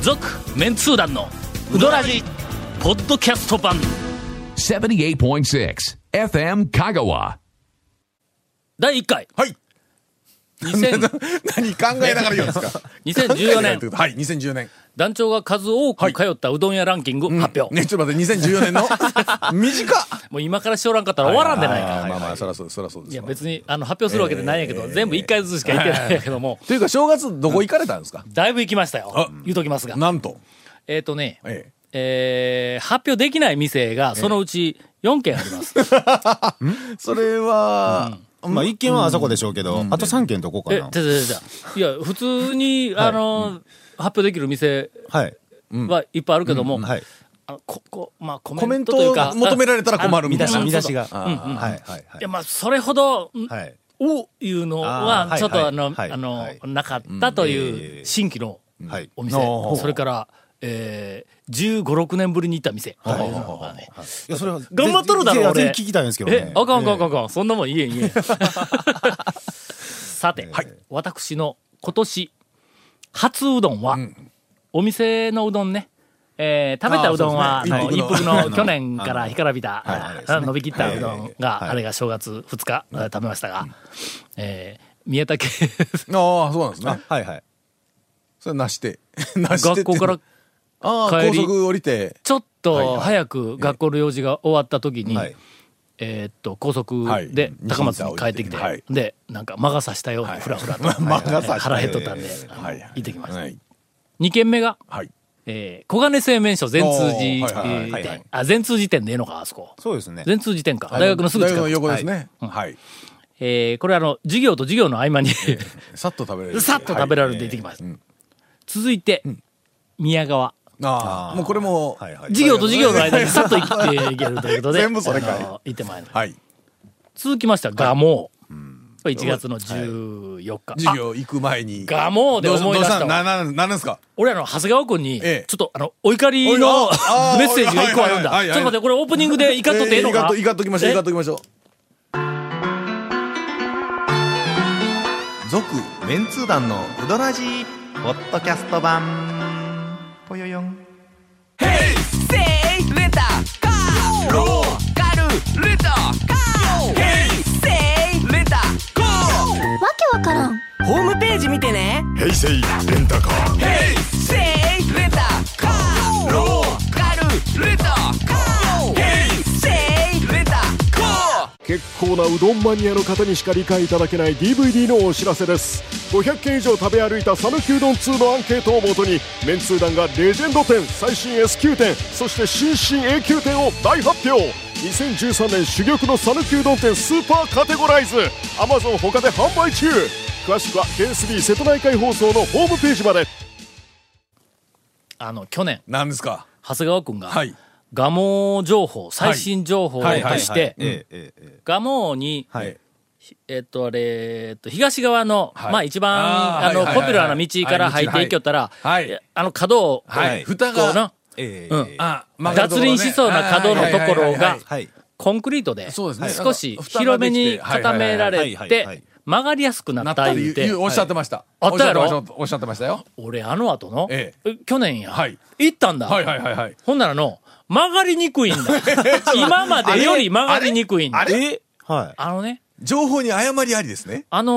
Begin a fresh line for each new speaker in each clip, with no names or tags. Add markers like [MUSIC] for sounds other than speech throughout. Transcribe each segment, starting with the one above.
続メンツー団のウドラジポッドキャスト版
78.6 FM Kagawa.
第1回
[LAUGHS] はい。
2000
[LAUGHS] 何考えながら言
[LAUGHS]
うんですか
2014年
はい、2014年。
団長が数多く通ったうどん屋ランキング発表、
ね、ちょっと待って、2014年の
[LAUGHS]
短っ
もう今からしおらんかったら終わらんでないか、
あーまあまあ、そらそうです、そらそうです。
いや別にあの発表するわけでないんやけど、全部1回ずつしか行ってないんやけども、
というか、正月どこ行かれたんですか
だいぶ行きましたよ
あ
言うときますが
なんと。
えっ、とね、
ええ。
えー発表できない店がそのうち4軒あります、
それは、
まあ一軒はあそこでしょうけど、あと三軒どこか
え、
な
じ。ゃじゃじゃいや、普通に、あの、発表できる店
はい。
はいっぱいあるけども、
はい。
あのここ、まあ、コ
コメ
メン
ン
トとい
ト
う
を
か。
求められたら困
あ
る
の
みたいな。
うん
見出しが。
そうそう
はいはい
いや、まあ、それほど、ん
はい。
おいうの
あー
は
は、い
ちょっとあの、
はい
あの
はい、
なかったとい
え
う
ー
新規の
はい。
お店。
あー
それから、えー、15、6年ぶりに行った店。というのがね
いや、それは。
頑張っとるだろ
ぜひ
俺
ぜひ聞きたいんですけど
え
ね、。
あかんあかんあ
え
かんあかん。そんなもん言えん言えん。 [LAUGHS] さて、私の今年、初うどんは、お店のうどんね、えー食べたうどんは、
あー
あ
そ
の
うです
一
ね
服
一服
の
の
去年から干からびた、
はいあれですね
あ伸びきったうど
はいは
ん
いは
が、あれが正月2日、えー食べましたが、えー宮田家、
ああ、そうなんです
あ
ね。
はいはい。
それなして。 [LAUGHS] なしてって
学校から
ああ、
帰
高
り
速降りて。
ちょっ
はいは
と
い
早く学校の用事が終わった時に、
はい。
えーっと、高速
はい
で高松に帰ってきて、
西新井
で、なんか魔が差したようにふらふらと、
[LAUGHS] 魔が差した
腹減っとったんで、あの
はいはい
行ってきました。
はい。
2軒目が、
はい。
えー、小金製麺所全通寺
おーはいはい
はいはいは
店
い。
あ、全通寺店でええのか、あそこ。
そうですね。
全通寺店か。大学のすぐ
大
近
学の
く。
横ですね。はい。
えー、これあの、授業と授業の合間に、
さっと食べれ
[LAUGHS]
る。
さっと食べられて行ってきました。続いて、宮川。
ああ、もうこれも、
はいはい。
授業と授業の間にさっと行っていけるということで、
[LAUGHS] 全部それかい
あの行ってまいりました
はい。
続きましては、ガモー。これ1月の14日。
授業行く前に。
ガモーで思い出し
ど
た
うな、
わ。
な、なんですか
俺あの、長谷川君に、ちょ
ええ
っとあの、お怒り
おい
の
おいあー
メッセージが1個あるんだ。
はいはいはいは
ち
い
ょっと待って、これオープニングで怒っとってええの
い
か
かっと、いかっときましょう、
え
いかっときましょう。続、
メンツー団のウドラジーポッドキャスト版ぽよよん
セイレンタカーローカルレンタカーヘイセイレンタカー
わけわからん
ホームページ見てねヘイセイレンタカーヘイセイレンタカーローカルレンタカーヘイセイレンタカー
結構なうどんマニアの方にしか理解いただけない DVD のお知らせです500件以上食べ歩いた讃岐うどん2のアンケートをもとにメンツー団がレジェンド店最新 S 級店そして新進 A 級店を大発表2013年珠玉の讃岐うどん店スーパーカテゴライズ Amazon 他で販売中詳しくは原スビー瀬戸内海放送のホームページまで
あの、去年、
なんですか
長谷川君が、
はい。
ガモ情報、最新情報と
はいはい
し
え
て、
えええええ
ガモに、
はい。
えっと、あれ、えっと、東側の、
はい
まあ一番、
あー
あの、
はいはいはい
ポピュラーな道から入っていきよったら、
はい
えあの角を、
はい
こう
蓋が
な
ええ
うん
ええ
あ、
脱輪しそうな角のところが、
はい。
コンクリートで、
そうですね
少し広めに固められ
はいはいは
て
い、
曲がりやすくな
な
っ
ったた
言う
り、
て
言う、おっしゃってました。
あったやろ
おっしゃってましたおっしゃってましたよ。
俺あの後の、
え
去年や、
はい
行ったんだ、
はいはいはいはい。
ほんならの、曲がりにくいんだ。
[LAUGHS]
今までより曲がりにくいんだ。あ
えはい。
のね、
情報に誤りありですね。
あの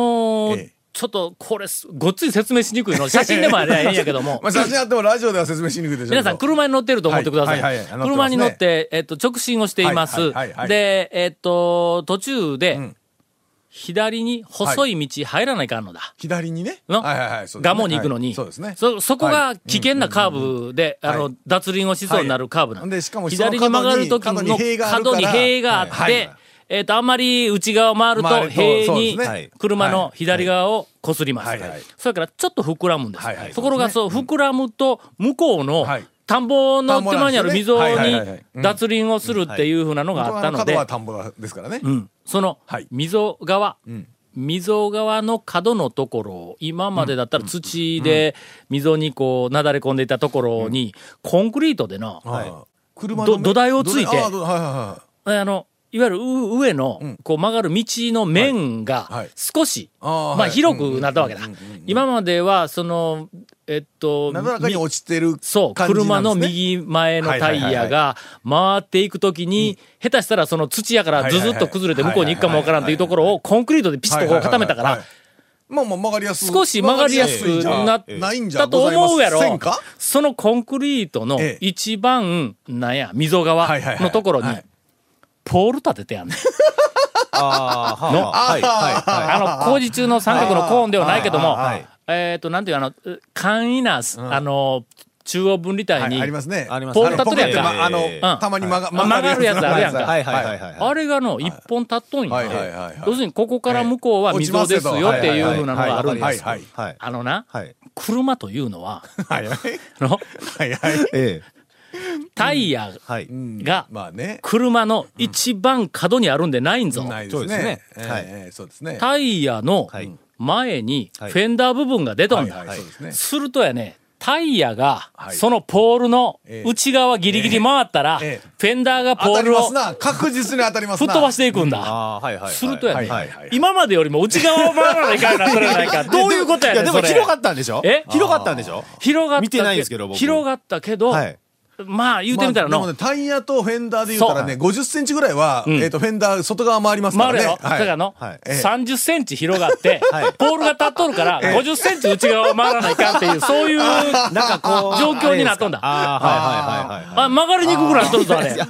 ー
ええ
ちょっとこれす、ごっつい説明しにくいの。写真でも
[LAUGHS]
あればいいんやけども
ま。あ、写真あってもラジオでは説明しにくいでしょうけど。
皆さん、車に乗ってると思ってください。
はいはいはい乗ってますね
車に乗って、えっと、直進をしています。
はいはいはいはい
で、えっと、途中で、
ん
左に細い道入らないかんのだ。
左にね。
の
はいはいはい。そうですね
ガモに行くのに、
はいそうですね。
そそこ
は
が
い
危険なカーブで、あの、
は
脱輪をしそうになるカーブなん
はいでしかもその
左に曲がる時
角に
の
角に塀がある
角
から
に塀があって、
はいはい
えっ、と、あんまり内側を回る
回
と、
ると
塀
そうで
に
すねはい
車の左側を擦ります。
はいはい
それからちょっと膨らむんです。
はいはい
ところが、そう、膨らむと、向こうの
はい、
田んぼの手前にある溝
田んぼなんですよねはいはいはいは
に
いうん
脱輪をするっていうふうなのがあったので、
角は田んぼですからね。
うん、その
はい
溝側、
ん
溝側の角のところを今までだったら土で溝にこうなだれ込んでいたところに、コンクリートでな、
はい車
ど土台をついて
ああどはいはいは
あのいわゆるう上の
うん
こう曲がる道の面
はいは
が
い
少し、
あー
ま
は
あ、
い
広くなったわけだ
うんうんうんうんうん。
今まではそのえっと、
なだらかに
み
落ちてる感じな
そ
ん
う、
です、ね、
車の右前のタイ
はい
ヤ
はいはい
が回っていくときに、下手したらその土やからずずっと崩れて向こうに行くかもわからんというところをコンクリートでピシッとこう固めたか
はい
ら
はい、まあまあ曲がりやすい
少し曲がりやすくなっ
ないんじゃ
たと
ございま
思うやろ
せんか。
そのコンクリートの
ええ
一番、なんや、溝側
はいはいはい
のところに
はい、
ポール立ててやんねん。
ああ、はい。はい。はい。
あの、工事中の三角のコーンではないけども
はいはい、
えっと、なんていうのあの、簡易な、あの、中央分離
は
帯
い、
に
あり、ますね。
あります
ポー
ね
ル立てるやん
ポケット
か。
まあの、
うん
たまに曲が
曲がるやつあるやんか。
はい。はい。はい。
あれがの、一本立っとんや。
はいはいはいはい
要するに、ここから向こうは溝ですよっていうふうなのがあるん
は
で
い
す。
はい
はい。
あのな、
はい。
車というのは、
はいはい
あの
はいはい。
ええ。
タイヤ
はい。
が
まあね。
車の一番角にあるんでないんぞ。
ないですね。
そうですね
ええ
はい
ええそうですね。
タイヤの
はい
前にフ
はい
ェンダー部分が出とんだ。
はいはいそうですね
するとやね、タイヤが、
はい
そのポールの
ええ
内側ギリギリ回ったら、
ええ
フェンダーが
当
ポ
た
ー
り
ル
ま
を
すな。確実に当たります
吹っ
な。
飛ばしていくんだ。
ああ、はい。はい。
するとやね、
はいはいはい
今までよりも内側を回らないかんようになっとるやないか。どういうことや
い
ね
や、
ん、
で
そ
も
れ。
広がったんでしょ
え
広がったんでしょ
広がった
見てないんですけど僕
広がったけど、
はい。
まあ言うてみたら
まあ
の、
でもね、タイヤとフェンダーで言ったらね、50センチぐらいは、
ん
えっと、フェンダー外側回りますか
回
ら
る
ね。
やろ、
はい
だからの、
はい
30センチ広がって、
[LAUGHS] はい
ポールが立っとるから、50センチ内側を回らないかん
[LAUGHS]
っていう、そういう、
なんかこう。
状況になっとんだ
ああ、はいはいはいはい。
あ曲がりにくくなっとるぞ、あれ。
いや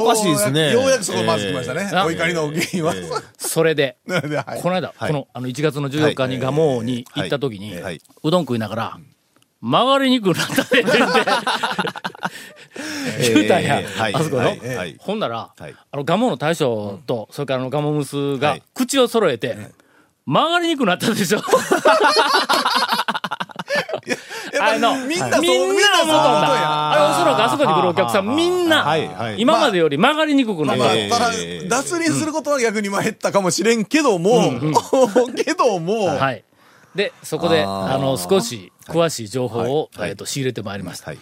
おかしいですね。
ようやくそこまず来ましたね。
え
お怒りの原因は。
それで、
[LAUGHS] なのではい
この間、
はい
この、あの、1月の14日にガモーに行った時に、
はいはいう
どん食いながら、曲がりにくくなったねって言って、
ええ。
[LAUGHS] 言うたんや
ええはい
あそこの
はいはい。
ほんなら、
はい
あの、ガモの大将と、それからあの、ガモムス
は
が
い、
口を揃えて、曲がりにくくなったでしょあの、みん
なそう
みんな思うとん
そう
だ。
や
あれ、おそらくあそこに来るお客さん、みんな
はいはい、
今までより曲がりにくくな
ま
った。
あまあ、
ええ
ただ、脱輪することは逆にまあ減ったかもしれんけども、 [LAUGHS] けども、
はい。で、そこで、あの、少し詳しい情報を、えっと、仕入れてまいりました。
はい。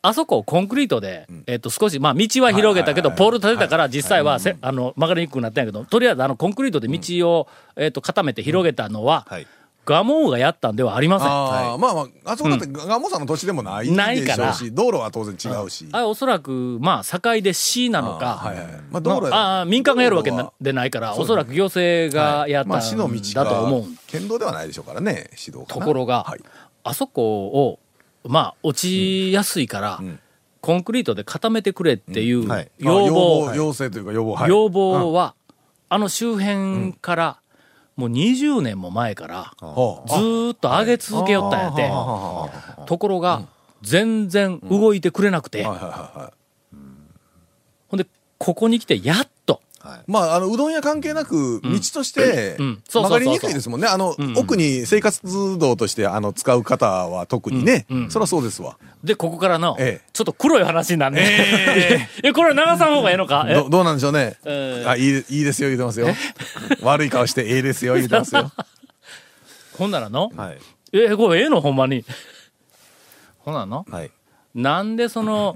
あそこをコンクリートで、えっと、少し、まあ、道は広げたけど、ポール立てたから、実際はせ、あの、曲がりにくくなったんやけど、とりあえず、あの、コンクリートで道を、えっと、固めて広げたのは
はい、
ガモーがやったんではありません。
あーまあまあ、あそこだってガモさんの土地でもない
ない
で
か
しょ
ら
うし、道路は当然違うし。
あれ、おそらく、まあ、境で市なの
は
か
い、はいまあ、道路や
ああ、民間がやるわけな
道
でないから、おそらく行政がやっ
路はま
た
あ、市の道
ん
か
だと思うん
県道ではないでしょうからね、市道か
と
な
ころが、
はい
あそこを、まあ、落ちやすいから、コンクリートで固めてくれっていう
うんはい
要望、
まあ要要請というか要望、はい
要望は、あの周辺から、もう20年も前から、
ほう
ずーっと上げ続けよったんやって、ところが、全然動いてくれなくて、
はいはいはい
ほんで、ここに来て、やっと、
まあ、あの、うどん屋関係なく、道として、
うんうんそうそうそうそう
曲がりにくいですもんね。あの、奥に生活道として、あの、使う方は特にね。そりゃそうですわ。
で、ここからの、
ええ
ちょっと黒い話になんねん。 [LAUGHS] えこれ流さん方がええのかえ
ど、どうなんでしょうね。
えー
あ、いい、いいですよ、言うてますよ。悪い顔して、ええですよ、言うてま
[LAUGHS]
すよ。
ほんならの、
はい。
え、これええのほんまに。ほなの
はい。
なんでその、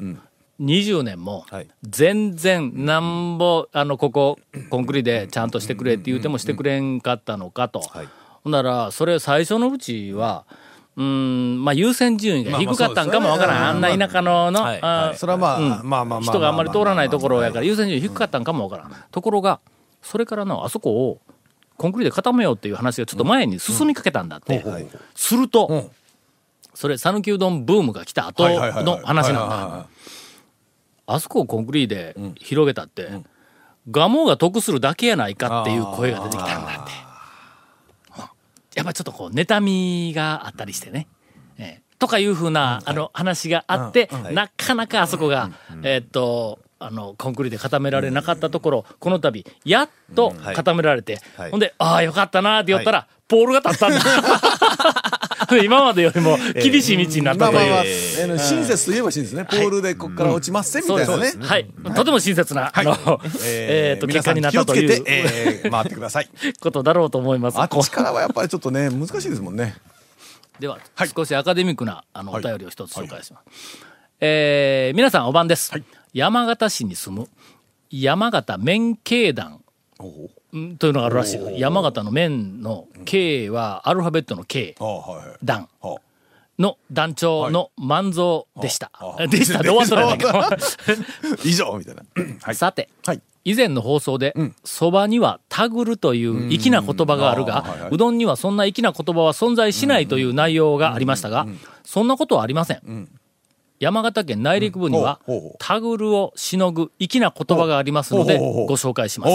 20年も
はい、
全然、なんぼ、あの、ここ、コンクリでちゃんとしてくれって言うてもしてくれんかったのかと。
はい
ほんなら、それ最初のうちは、うーん、まあ優先順位が低かったんかもわからん。
ま
あ
あ
ん
まあ
な田舎のの、
はい
あ
はい
それはまあ、
うん
まあまあまあまあ。。
人があんまり通らないところやからら優先順位低かったんかもわからん。ところが、それからのあそこをコンクリで固めようっていう話がちょっと前に進みかけたんだって。すると、
ん
それ、讃岐うどんブームが来た後
はいはいはいはい
の話なん
はいはい
だ。
はいはい
あそこをコンクリで広げたって、ガモが得するだけやないかっていう声が出てきたんだって。やっぱちょっとこう、妬みがあったりしてね。ええとかいうふうな、あの、話があって、なかなかあそこが、えーっと、あの、コンクリで固められなかったところ、この度、やっと
はい
固められて、
はい
ほんで、ああ、よかったなーって言ったら、ポールが立ったんだ。今までよりも厳しい道になった
ま
と
あまあ
いう
まあ、あの親切といえば親切ね。ポールでこっから落ちませんみ
そう
た
で
いなね
す。ね。はい。とても親切な、あの、 [LAUGHS] えーっと、結
皆さ
果
ん
になっ
気を
たと
つけ
い
て
う、
えー回ってく
[LAUGHS]
ださい。
ことだろうと思います。
あっちからはやっぱりちょっとね、難しいですもんね。
では、
はい
少しアカデミックなあのお
はい
便りを一つ紹介します。えー皆さんお晩です、山形市に住む山形麺経団んというのがあるらしい。山形の麺の経はアルファベットの経
ああ、はいはい。
団
は
の団長の万蔵でした。 [LAUGHS] でしたで終わったらないけど。
以上みたい
[CLEARS THROAT]
な。
さて、
[LAUGHS] はい
以前の放送で、そばにはたぐるという粋な言葉があるが、う
あーはいはいう
どんにはそんな粋な言葉は存在しないという内容がありましたが、そんなことはありません。山形県内陸部には
うんほうほうほう、
たぐるをしのぐ粋な言葉がありますので、
ほうほうほう
ご紹介します。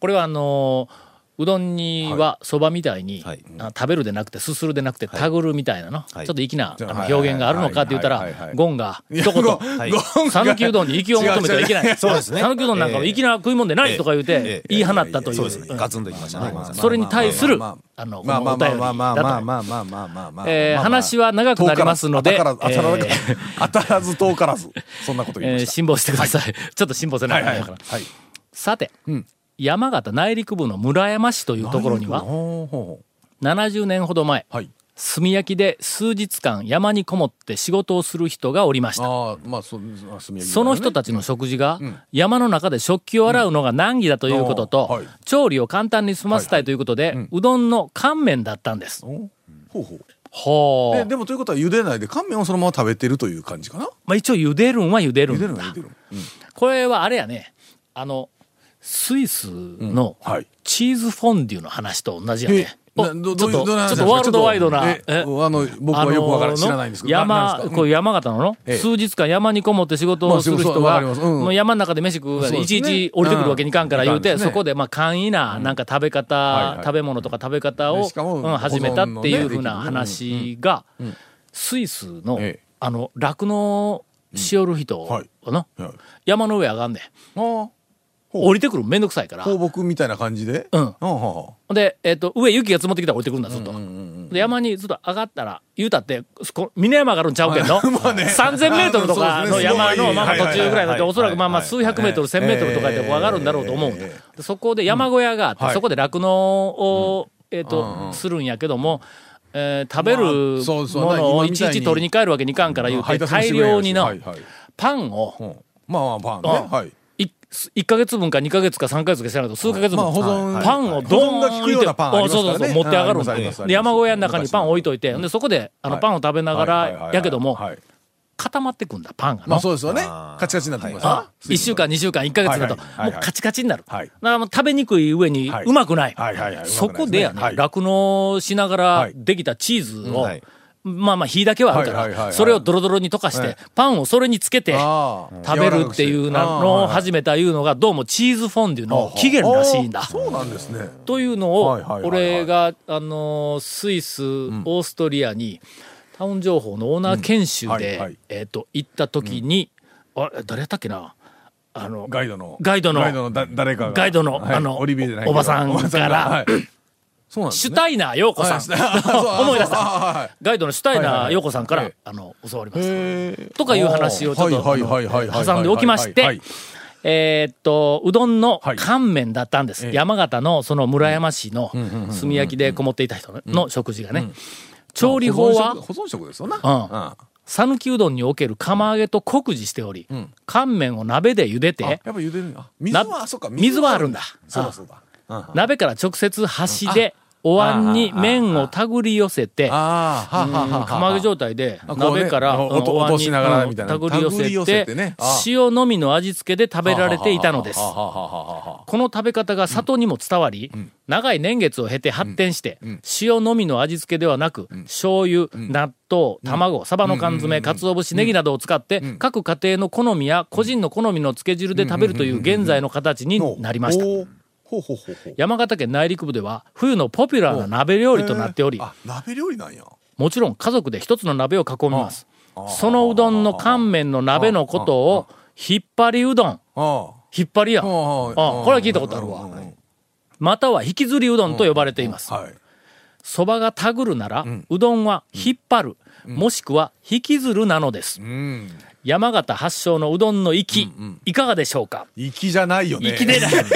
これはあのーうどんにはそばみたいに、
はい
あ食べるでなくてすするでなくてたぐるみたいなの、
はい
ちょっと粋なあの
はい
表現があるのかって言ったら、
はいはいはいはい
ゴンが一
いやご
言。
はい
ごんが
讃岐うどんに粋を求めてはいけな
違う違
い。
う
そうですね
[LAUGHS] 讃岐うどんなんかの粋な食い物でないとか言う
え
て
え、
言い放ったという。
そうですね
うん
ガツンといきましたねまあ
それに対する
まあまあ、
あの、こ
まあ
の
ま
お
あ
便り
まあまあまあまあ
だ
まあまあまあまあまあ
と。えー話は長くなりますので、
遠からず当たら
え
ず
ー
当たらず遠からずそんなこと言い
え
ま
ー
した。
辛抱してください。 [LAUGHS] ちょっと辛抱せなあかんのやから。
はい。
さて、山形内陸部の村山市というところには、
ほうほう
70年ほど前、
はい。
炭焼きで数日間山にこもって仕事をする人がおりました。
ああまあそあ炭焼きだよね
その人たちの食事が山の中で食器を洗うのが難儀だということと、
うんはい
調理を簡単に済ませたいということで、うどんの乾麺だったんです。
ほう
ほ
ほう。で
う。
でもということは茹でないで乾麺をそのまま食べてるという感じかな。
まあ一応茹でるんは茹でる
茹
ん
で
だ
るのは茹でるの。
これはあれやね、あの、スイスの
うんはい
チーズフォンデュの話と同じや
え
ね。お
など
ち
ど
ょ
う
っ
い
と、
うどういう話
ちょっ
なんですか
とワールドワイドな
え。
え
あの僕はよくわから
あ
ん
の
知らないんですけど。な
山、
なんですか
こう山形のの、
ええ
数日間山にこもって仕事
ま
を
あ
する人
そうわ
が、
かりますうん
もう山の中で飯食うから、
そう
い
です
ち
ね
いち降りてくるわけにいかんから言うて、
うんいかんです
そ
ね
こでまあ簡易な、なんか食べ方、
いはい
食べ物とか食べ方
で
を
し、かも
うん始めたっていうふうな
保存のねできる
話が、スイスの、
ええ
あの、酪農しよる人を
うんはい
な
はい
山の上上がんねん
ああ
降りてくるのめんどくさいから。
放牧みたいな感じで。
うん
はあは
で、えっ、と、上雪が積もってきたら降りてくるんだ、ずっと。で山にずっと上がったら、言うたって、こ峰山があるんちゃうけんの、3000メ
[LAUGHS]
ートルとかの山の、まあまあ途中ぐらいだって、おそらくまあまあ数百メートル、1000メートルとかでこう上がるんだろうと思うんだ。でそこで山小屋があって、そこで酪農を、えっ、と、するんやけども、えー食べ
まあそう
る
そう
ものを
今
い
み
ち
たい
い
に
ち取りに帰るわけにいかんから言う
配
て、
達
大
もしてくれん
量
やし
にの
はいはい
パンを、
あ。うんまあまあパン
あ
ね。はい。
い1ヶ月分か2ヶ月か3ヶ月か知らないけど、数ヶ月分、
まあ保存
パンをドーン
保存が効くようなパンありますから
お
ね
そうそうそう持って上がるん
ありますあります
だ
あります
で山小屋の中にパン置いといて、でそこであの
はい
パンを食べなが
はいはいはい
ら
はい
やけども、
はい
固まってくんだ、パンがの。
まあそうですよね。
あー
カチカチになってきますね
あ1週間、2週間、1ヶ月だと、
はいはいはいはい
もうカチカチになる。
はい
だからもう食べにくい上に、
はいう
まくない。
はいはいはい
そこでやね
うまくないですねはい
酪農しながら
はい
できたチーズを、
はい
まあまあ、火だけはあるから、
はいはいはいはい
それをドロドロに溶かして、
はい
パンをそれにつけて、
あー
食べるっていうなのを始めたいうのが、どうもチーズフォンデュの起源らしいんだ
あ。そうなんですね。
というのを
はいはいは、いはい
俺が、あのー、スイス、オーストリアに、タウン情報のオーナー研修
うんはいは
で
い、
えっと、行った時に、あれ、誰やったっけなあの、
ガイドの。
ガイドの
ガイドのだ誰かが。
ガイドの
はい
あの
オリビエじゃないけ
お
ど
ばさん
おばが
から
はいそうなんです
シュ
ね。
タイナー陽子さん。 [LAUGHS] 思い出し
あそうあそうあはいは
た
い。
ガイドのシュタイナー陽子さんか
は
ら
い、
あの、教わりました。とかいう話をちょっと
はいはいはいはいはい
挟んでおきまし
はいは
て
い、
えーっと、うどんの
はい
乾麺だったんです。
ええ
山形のその村山市の炭焼きでこもっていた人のの食事がね。調理法は
保、存食保存食ですよな。
うん讃岐うどんにおける釜揚げと酷似しており、乾麺を鍋で茹で、
あやってぱ茹でるんや。水
な
は、そうか。
水はあるんだ
そうだそうだ。
鍋から直接箸でお椀に麺を手繰り寄せて、
ああ、はあはあはあはあ
釜揚げ状態で
あこうね
鍋から
お
うん
落と
お椀
落としながら
うん
みたいな
手繰り
手繰り
寄
寄
せ
せ
て
てねああ
塩のみの味付けで食べられていたのです
はあはあはあはあはあ
この食べ方が里にも伝わり、長い年月を経て発展して、塩のみの味付けではなく、醤油、納豆、卵、サバの缶詰、鰹節、ネギなどを使って、各家庭の好みや個人の好みの漬け汁で食べるという現在の形になりました。
おーほうほうほうほう。
山形県内陸部では冬のポピュラーな鍋料理となっており、
あ、鍋料理なんや。
もちろん家族で一つの鍋を囲みます。そのうどんの乾麺の鍋のことを、引っ張りうどん、
あ
引っ張りやん。
あ。
あ
あ
これは聞いたことあるわ。または引きずりうどんと呼ばれています。
はい。
そばがたぐるなら、うどんは引っ張る、もしくは引きずるなのです。
うん。
山形発祥のうどんの息、いかがでしょうか
粋じゃないよね。
息でない。引き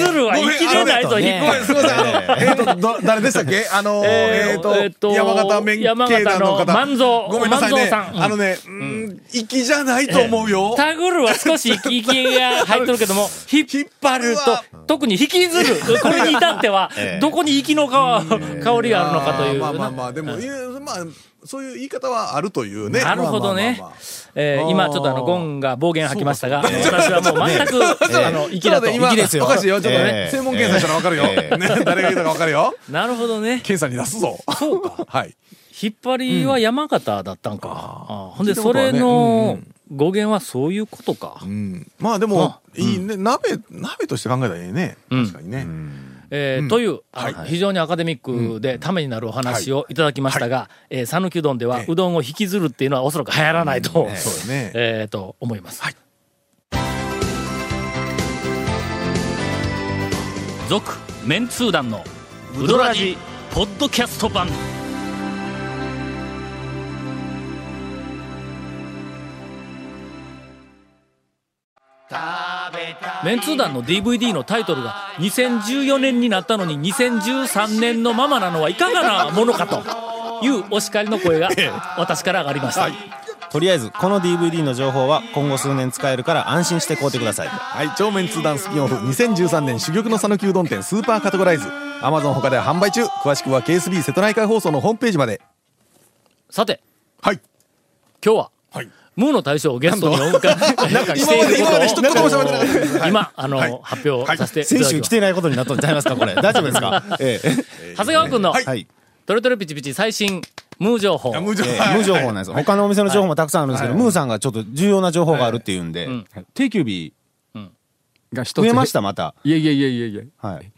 ずるは
ごめん
息でないと
あの
引っ
ねごめん、すみません。
[LAUGHS]
あのえっと、ど誰でしたっけあの、
え
え
ー
っ
えーと
と、山形麺系団
山
の
形
方。
の万蔵
ごめんなさい
万蔵
ね。
さんうん
あのね、うん粋じゃないと思うよ。
タグルは少し息が入っとるけども、 [LAUGHS] 引っ張ると、特に引きずる。こ [LAUGHS] れに至っては、どこに息のか、香りがあるのかという。
まあまあまあ、でも、いやまあ、そういう言い方はあるというね。
なるほどね
まあまあまあまあ。
えー今ちょっとあの、ゴンが暴言吐きましたが、私はもう [LAUGHS] 全く、あの、
ちょっ
粋だと。
今
粋ですよ
おかしいよ。ちょっと
え
ね
え、
専門検査したらわかるよ。
ええ
ね、誰が言うたかわかるよ。
なるほどね。
検査に出すぞ。
そうか。
はい。
引っ張りは山形だったんか。あーほんで、
聞いたこ
そ
とは
れ
ね
の語源はそういうことか。
うん。まあでも、いいね。鍋、鍋として考えたらいいね。
ん
確かにね。
えーという、あの非常にアカデミックでためになるお話をいただきましたが、えー讃岐うどんでは
ええ
うどんを引きずるっていうのはおそらく流行らないと、
そうですね。
[LAUGHS] えーと思います。続、メンツー団のウドラジポッドキャスト版。メンツー団の DVD のタイトルが2014年になったのに2013年のままなのはいかがなものかというお叱りの
[LAUGHS]
声が私から上がりました。
とりあえずこの DVD の情報は今後数年使えるから安心して買うてください
はい、超面通談スピンオフ2013年珠玉の讃岐うどん店スーパーカテゴライズ Amazon 他で販売中詳しくは KSB 瀬戸内海放送のホームページまで
さて、
はい
今日は、
はい
ムーの大将をゲストにお迎え
[LAUGHS]
なんかしている
今まで
こ
今
と
まで一
を
言も喋ってなかったです
今、あの、発表させていた
選
だき
手
ま
来
す。
てないことになったんちゃいますかこれ大丈夫ですか [LAUGHS] え
長谷川君の、
えはい
トレトレピチピチ最新ムー情報。
無情
えー無情報なんです他のお店の情報もたくさんあるんですけどムーさんがちょっと重要な情報があるっていうんで定休日
が一つ
増えましたまた
いやいやいやいやいや
はい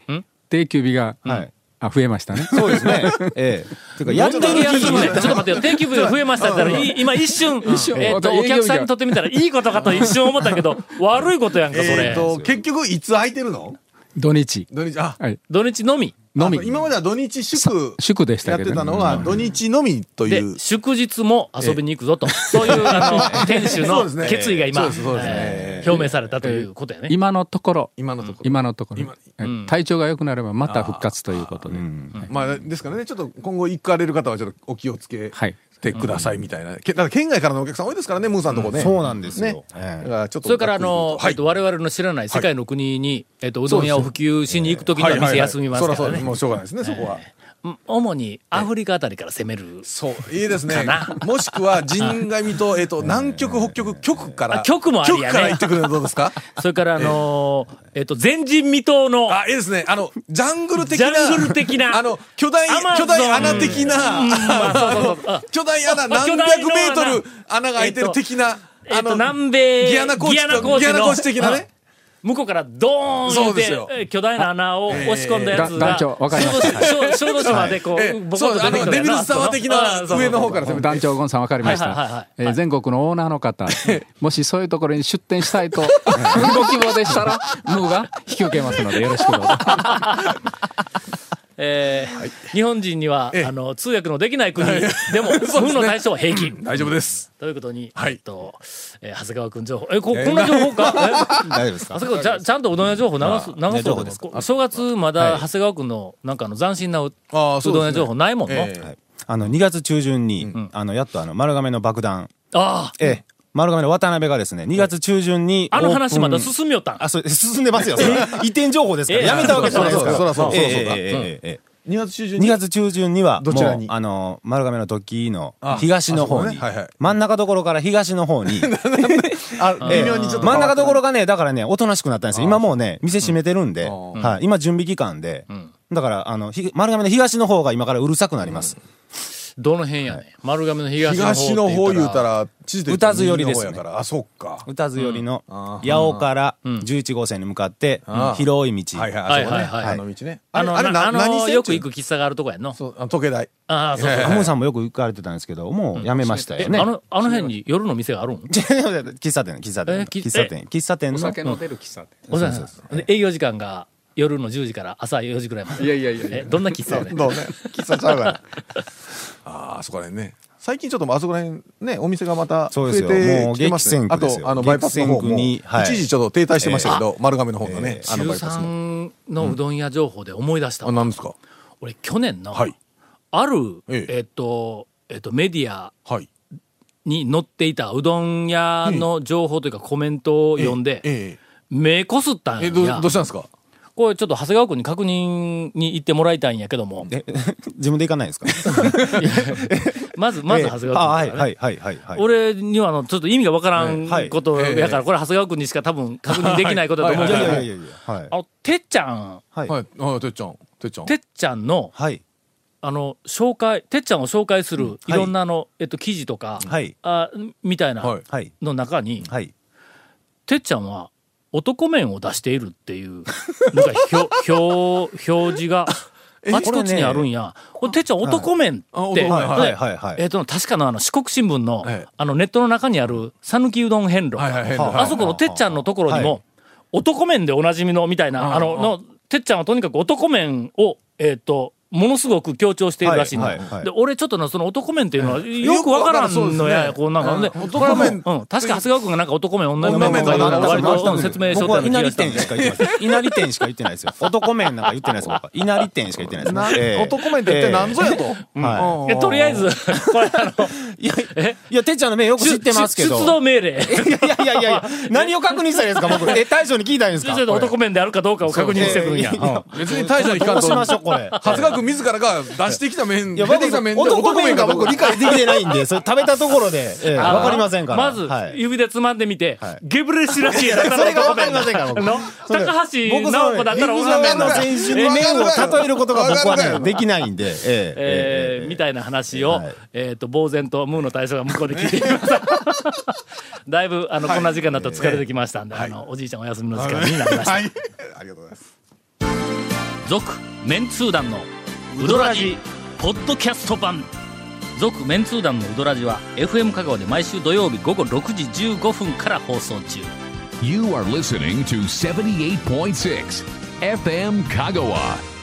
定休日が、
はい
あ増えましたね [LAUGHS]
そうですねえ [LAUGHS] えてかや
や
っ
ってて
る
るやつ
気
も
[LAUGHS]
ね、ちょっ
分
と待ってよ、定休日が増えましたって言ったら、い今一瞬、えっと、お客さんにとってみたらいいことかと一瞬思ったけど、悪いことやんか、そ
え
れ
っ。と結局いつ空いてるの
土日
土日あ
はい
土日のみ。
のみ
あ今までは土日祝
祝でした
やっ
け
て
ど
たのは土日のみと
で
いう、
祝日も遊びに行くぞと。そういう、あの、店主
そう
の
ですね
決意が今、
そうですそうですね
えー表明されたということやね。
今のところ
今のところ
今のところ
今
はい体調が良くなればまた復活ということで
まあですからねちょっと今後行かれる方はちょっとお気をつけ
はい
てくださいみたいな、けだから県外からのお客さん多いですからねムーさんのとこね、
そうなんです
ね
よ
だ
え
か
え
らちょっと
それからあの、
は
えっ
い
と、我々の知らない世界の国に、えっと、うどん屋を普及しに行くときには店休みますか
そ
ら
らそう
ね
も。うしょうがないですねそこは。
うん主にアフリカあたりから攻める。
そう、いいですね
か。
もしくは人神と、えっと、南極、北極、極から。
あ極もありやね
極から行ってくるのどうですか
それからあの、えっと、前人未到の、
あ、いいですね。あの、ジャングル的
ジ
な。
ャングル的な
あの、巨大
アマ、ゾ
巨
ン
大穴的な。
あそうそうそう
あの [LAUGHS] 巨大
[LAUGHS]
穴、
あ巨大
何
の
百メートル穴が開いてる的な。
えっと、南米、
ギアナコーチと、ギアナコーチ的なね。。
向こうからドーン
そ
っ
うですよ
て巨大な穴を押し込んだやつが、
だ団長わかりました
小豆小小豆島でこ
え
う、
え
ボコ
そ
ッ
う、
と
あ
出て
の、
くる
レ
や
ベ
つ
ルスタワー的な上の方から攻めて。
団長ゴンさん分かりまし
はいはいはいは
た
い
えー全国のオーナーの方もしそういうところに出店したいと [LAUGHS] ご希望でしたらムーが引き受けますのでよろしくどうぞ
えー日本人には、
ええ
あの、通訳のできない国で
[LAUGHS]
も、運の対象は平気。
大丈夫です。
ということに、
はい
えっと、えー長谷川君情報。え、こ、こんな情報かえ [LAUGHS]
大丈夫です
長谷川
か
君ちゃん、ちゃんとうどん屋情報流す、
あ
流そうと
情
思
報
う
ですか
こ正月まだ長谷川君の、なんかあの、斬新なうう
あーそうですね
どん屋情報ないもんの。
ええ
はいあの2月中旬に、あのやっとあの丸亀の爆弾
ああ、
ええ丸亀の渡辺がですね2月中旬に
あの話まだ
オープン
進みよったん。
あそう進んでますよそれ移転情報ですから
ええ
やめたわけじゃないですから
そうだそうだそうだそうだ
ええええええええ
2月中旬
2
に。
月中旬には、
どちらに
もうあの、丸亀の時の東の方
あ
に、
そうねはいはい
真ん中どころから東の
[LAUGHS]
方に、あええ
微妙にちょっと変わったね
真ん中どころがね、だからね、おとなしくなったんですよ。今もうね、店閉めてるんで、はい、今準備期間で、だから、あの、ひ丸亀の東の方が今からうるさくなります。
どの辺やねん、丸亀の東の方。
東の方言うた。ら、地図で言うと
宇多津寄りですね
右の方やからあ、そっか。
歌津寄りの、八尾から11号線に向かって、広い道。
はいはい、あそこ
は
ね
いはいはい
あの道ね。
あの、
あれ、
なあ
な何
の、
線
よく行く喫茶があるとこやんの。
そう、あの時計台。
ああ、そうそう。
アモンさんもよく行かれてたんですけど、もうやめました
え、
よ
あ
ね。
の、あの辺に夜の店があるん
[LAUGHS] 喫茶店、喫茶
え
店、
き
喫茶店、喫茶店の。
の出る喫茶店
お世話になりますで営業時間が夜の10時から朝4時ぐらいまで。
いやいやいやいや
え、どんな喫茶やねん。
どうね。 [LAUGHS] 喫茶ちゃうから。 [LAUGHS] ああ、そこら辺ね。最近ちょっともうあそこら辺ね、お店がまた
そ
増
う
え
ですよ
て
もう
きてますね。
激戦
あ
区ですよ
と、あの、バイパスの方
激戦区
も、
にはい
一時ちょっと停滞してましたけど、丸亀の方がね、あのバイパスも。
13のうどん屋情報で思い出したわ
あ、なんですか
俺去年の、
はい
ある、え
ええ
っとえっとメディア
はい。
に載っていたうどん屋の情報というかコメントを読んで、
ええ
目こすったんや
え、どう、どうしたんですか
これちょっと長谷川君に確認に行ってもらいたいんやけど
[LAUGHS]
も、
え自分で行かないんですか
まず、まず長谷
あ
川
は
君
い、
から
は
ね。
い、はい、はいはい。
俺にはあのちょっと意味がわからん
はい
ことやから、これ長谷川君にしか多分確認できないことだと思う
い
けど
やいやいやいや、はい。
あの、てっちゃん、
はい。
はい、はい、てっちゃん、てっちゃん。
てっちゃんの、
はい。
あの、紹介、てっちゃんを紹介する、いろんなあの、えっと、記事とか、
はい
あみたいな、
はい
はい。
の中に、
はい。
てっちゃんは男面を出しているっていう、 [LAUGHS] なんか [LAUGHS] 表、表、表示が、あちこちにあるんや。これてっちゃん男面
あ
っ
男
て、
面はい
はいはいはい
でえっと、確かのあの、四国新聞の
はい、
あの、ネットの中にある、讃岐うどん遍路。
はいはいはい
あそこのてっちゃんのところに
は
も、男面でおなじみの、みたいな、あの、の、てっちゃんはとにかく男面を、えっと、ものすごく強調しているらしいの
はいはいはい
で、俺ちょっとな、その男面っていうのは、よくわからんのや、こうなんか。でこれはもううん、確か長谷川君がなんか男面、女面とかいうのを割と説明しと
僕
った
は
ような気が
稲荷
したん
店
で
しか言ってない。稲荷店しか言ってないですよ。男面なんか言ってないです僕は稲荷店しか言ってないです
な。
ええ
男面って一体何ぞやと。
ええ [LAUGHS] は
えとりあえず、これあの、
い。いや、いや、てっちゃんの面よく知ってますけど。
出動命令。
いやいやいやいや、何を確認したらいいですか、
[LAUGHS]
僕。え、大将に聞いたらいいんですか
ちょっと男面であるかどうかを確認してくるんや。うん
別に大将に聞か
ど
ん
う
と。
しまし
長
ょう、これ。
谷川君自らが出してきた面、
い
出
や、
てきた面で
男面が僕
か
理解できてないんで、それ食べたところで、ええ
あの
わかりませんから。
まず
は、い
指でつまんでみて
はい、
ゲブレシラシエだったら
それがわかりませんから、
あ
僕。
の
そ
[LAUGHS]
れ
高橋
僕そ
直
の
子だったら
陸
女
上
面
の
の、
選手の面を例えることが僕はね、できないんで、ええ
え
えええ
ー
え
みたいな話を
はい、
えっと、呆然とムーの大将が向こうで聞いていました。 [LAUGHS] だいぶ、あの、こんな時間だと疲れてきましたんで、あの、おじいちゃんお休みの時間になりました。
はい。ありがとうございます。
続メンツー団のウドラジポッドキャスト版続メンツー団のウドラジは FM 香川で毎週土曜日午後6時15分から放送中
You are listening to 78.6 FM Kagawa.